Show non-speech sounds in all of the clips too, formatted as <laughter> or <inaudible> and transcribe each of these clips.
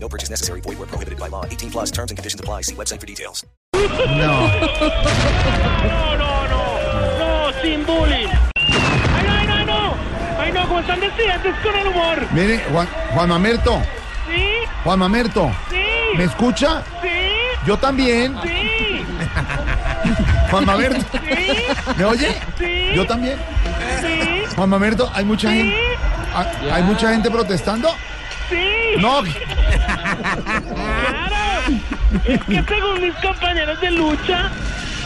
No purchase necessary. Void where prohibited by law. 18 plus terms and conditions apply. See website for details. No. No, no, no, no, sin bullying. Ay, no, ay, no, ay, no, ay, no, como están deseantes con el humor. Mire, Juan, Juan Mamerto, Sí, Juan Mamerto, ¿me sí, escucha? sí, Yo también. sí, Juan sí, Mamerto, ¿me oye? Sí. Yo también. sí, Juan Mamerto, hay mucha gente. ¿Hay hay mucha gente protestando? sí. No. Claro. Es que según mis compañeros de lucha,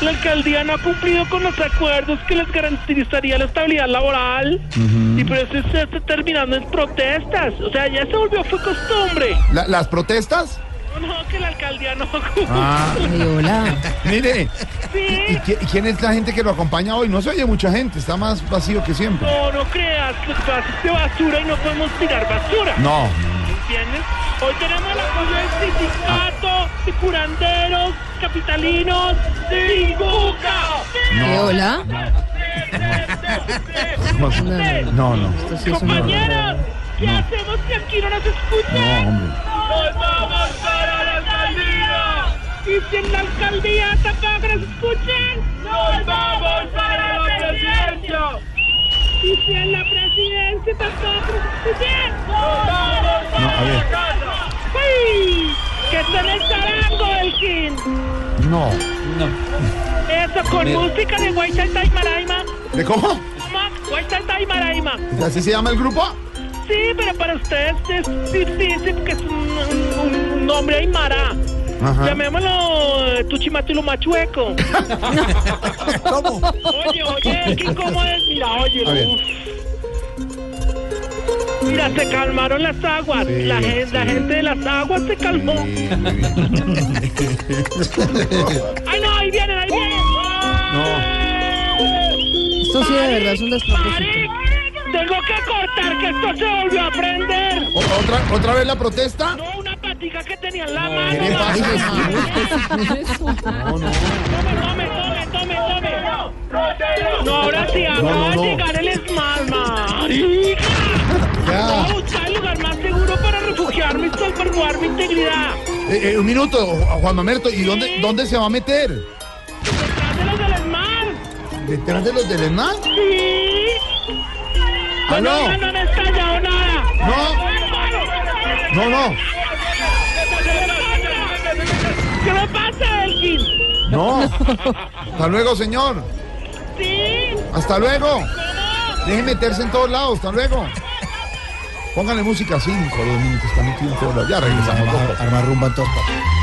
la alcaldía no ha cumplido con los acuerdos que les garantizaría la estabilidad laboral. Y por eso se está terminando en protestas. O sea, ya se volvió, fue costumbre. La- ¿Las protestas? No, que la alcaldía no cumple. Ah. Mire, <laughs> Sí. ¿y, qui- y quién es la gente que lo acompaña hoy? No se oye mucha gente, está más vacío que siempre. No, no creas, lo que pasa es que basura y no podemos tirar basura, No. ¿entiendes? Hoy tenemos el apoyo del sindicato, de curanderos, capitalinos, de hola? <laughs> No, no. no. Compañeros, ¿qué hacemos que aquí no nos escuchen? No, hombre. ¡Nos vamos para la alcaldía! ¿Y si en la alcaldía tampoco nos escuchen? ¡Nos vamos para la presidencia! ¿Y si en la presidencia tampoco nos escuchen? ¡Nos vamos No, a ver. casa! ¡Sí! ¡Que se les zarango el king! No. Eso, con música de Guaychaita y Maraima. ¿De cómo? ¿Cómo? Guaychaita y Maraima. ¿Así se llama el grupo? Sí, pero para ustedes es difícil porque es un, un- un nombre aymara. Ajá. Llamémoslo eh, Tuchimatilo Machueco. <laughs> ¿Cómo? Oye, oye, qué incómodo es. Mira, A ver. oye, uf. Mira, se calmaron las aguas. Sí, la, gen- la sí. gente de las aguas se calmó. Sí, muy bien. ¡Ay, no! ¡Ahí vienen, ahí vienen! Esto sí de verdad es un despropósito. ¡Pare! Tengo que cortar que esto se volvió a prender. O- ¿Otra, ¿Otra vez la protesta? No, una patica que tenía en la ¿Qué le mano. pasa? Tome, tome, tome, tome. No, ahora sí, acaba No, no, no. de llegar el Smart, marica. Ya. Voy a buscar el lugar más seguro para refugiarme y salvaguardar mi integridad. Eh, eh, un minuto, Ju- Juan Mamerto, ¿y dónde, dónde se va a meter? Detrás de los del Smart. ¿Detrás de los del Ah, ENAN? Sí. No, ¿Aló? no, no, no he estallado nada. No. No, no, ¿Qué me pasa, Elkin? no. Hasta luego, señor. Sí. Hasta luego. Deje meterse en todos lados, hasta luego. Póngale música 5, dos minutos, está metido en todos lados. Ya regresamos. Armar rumba en todos lados.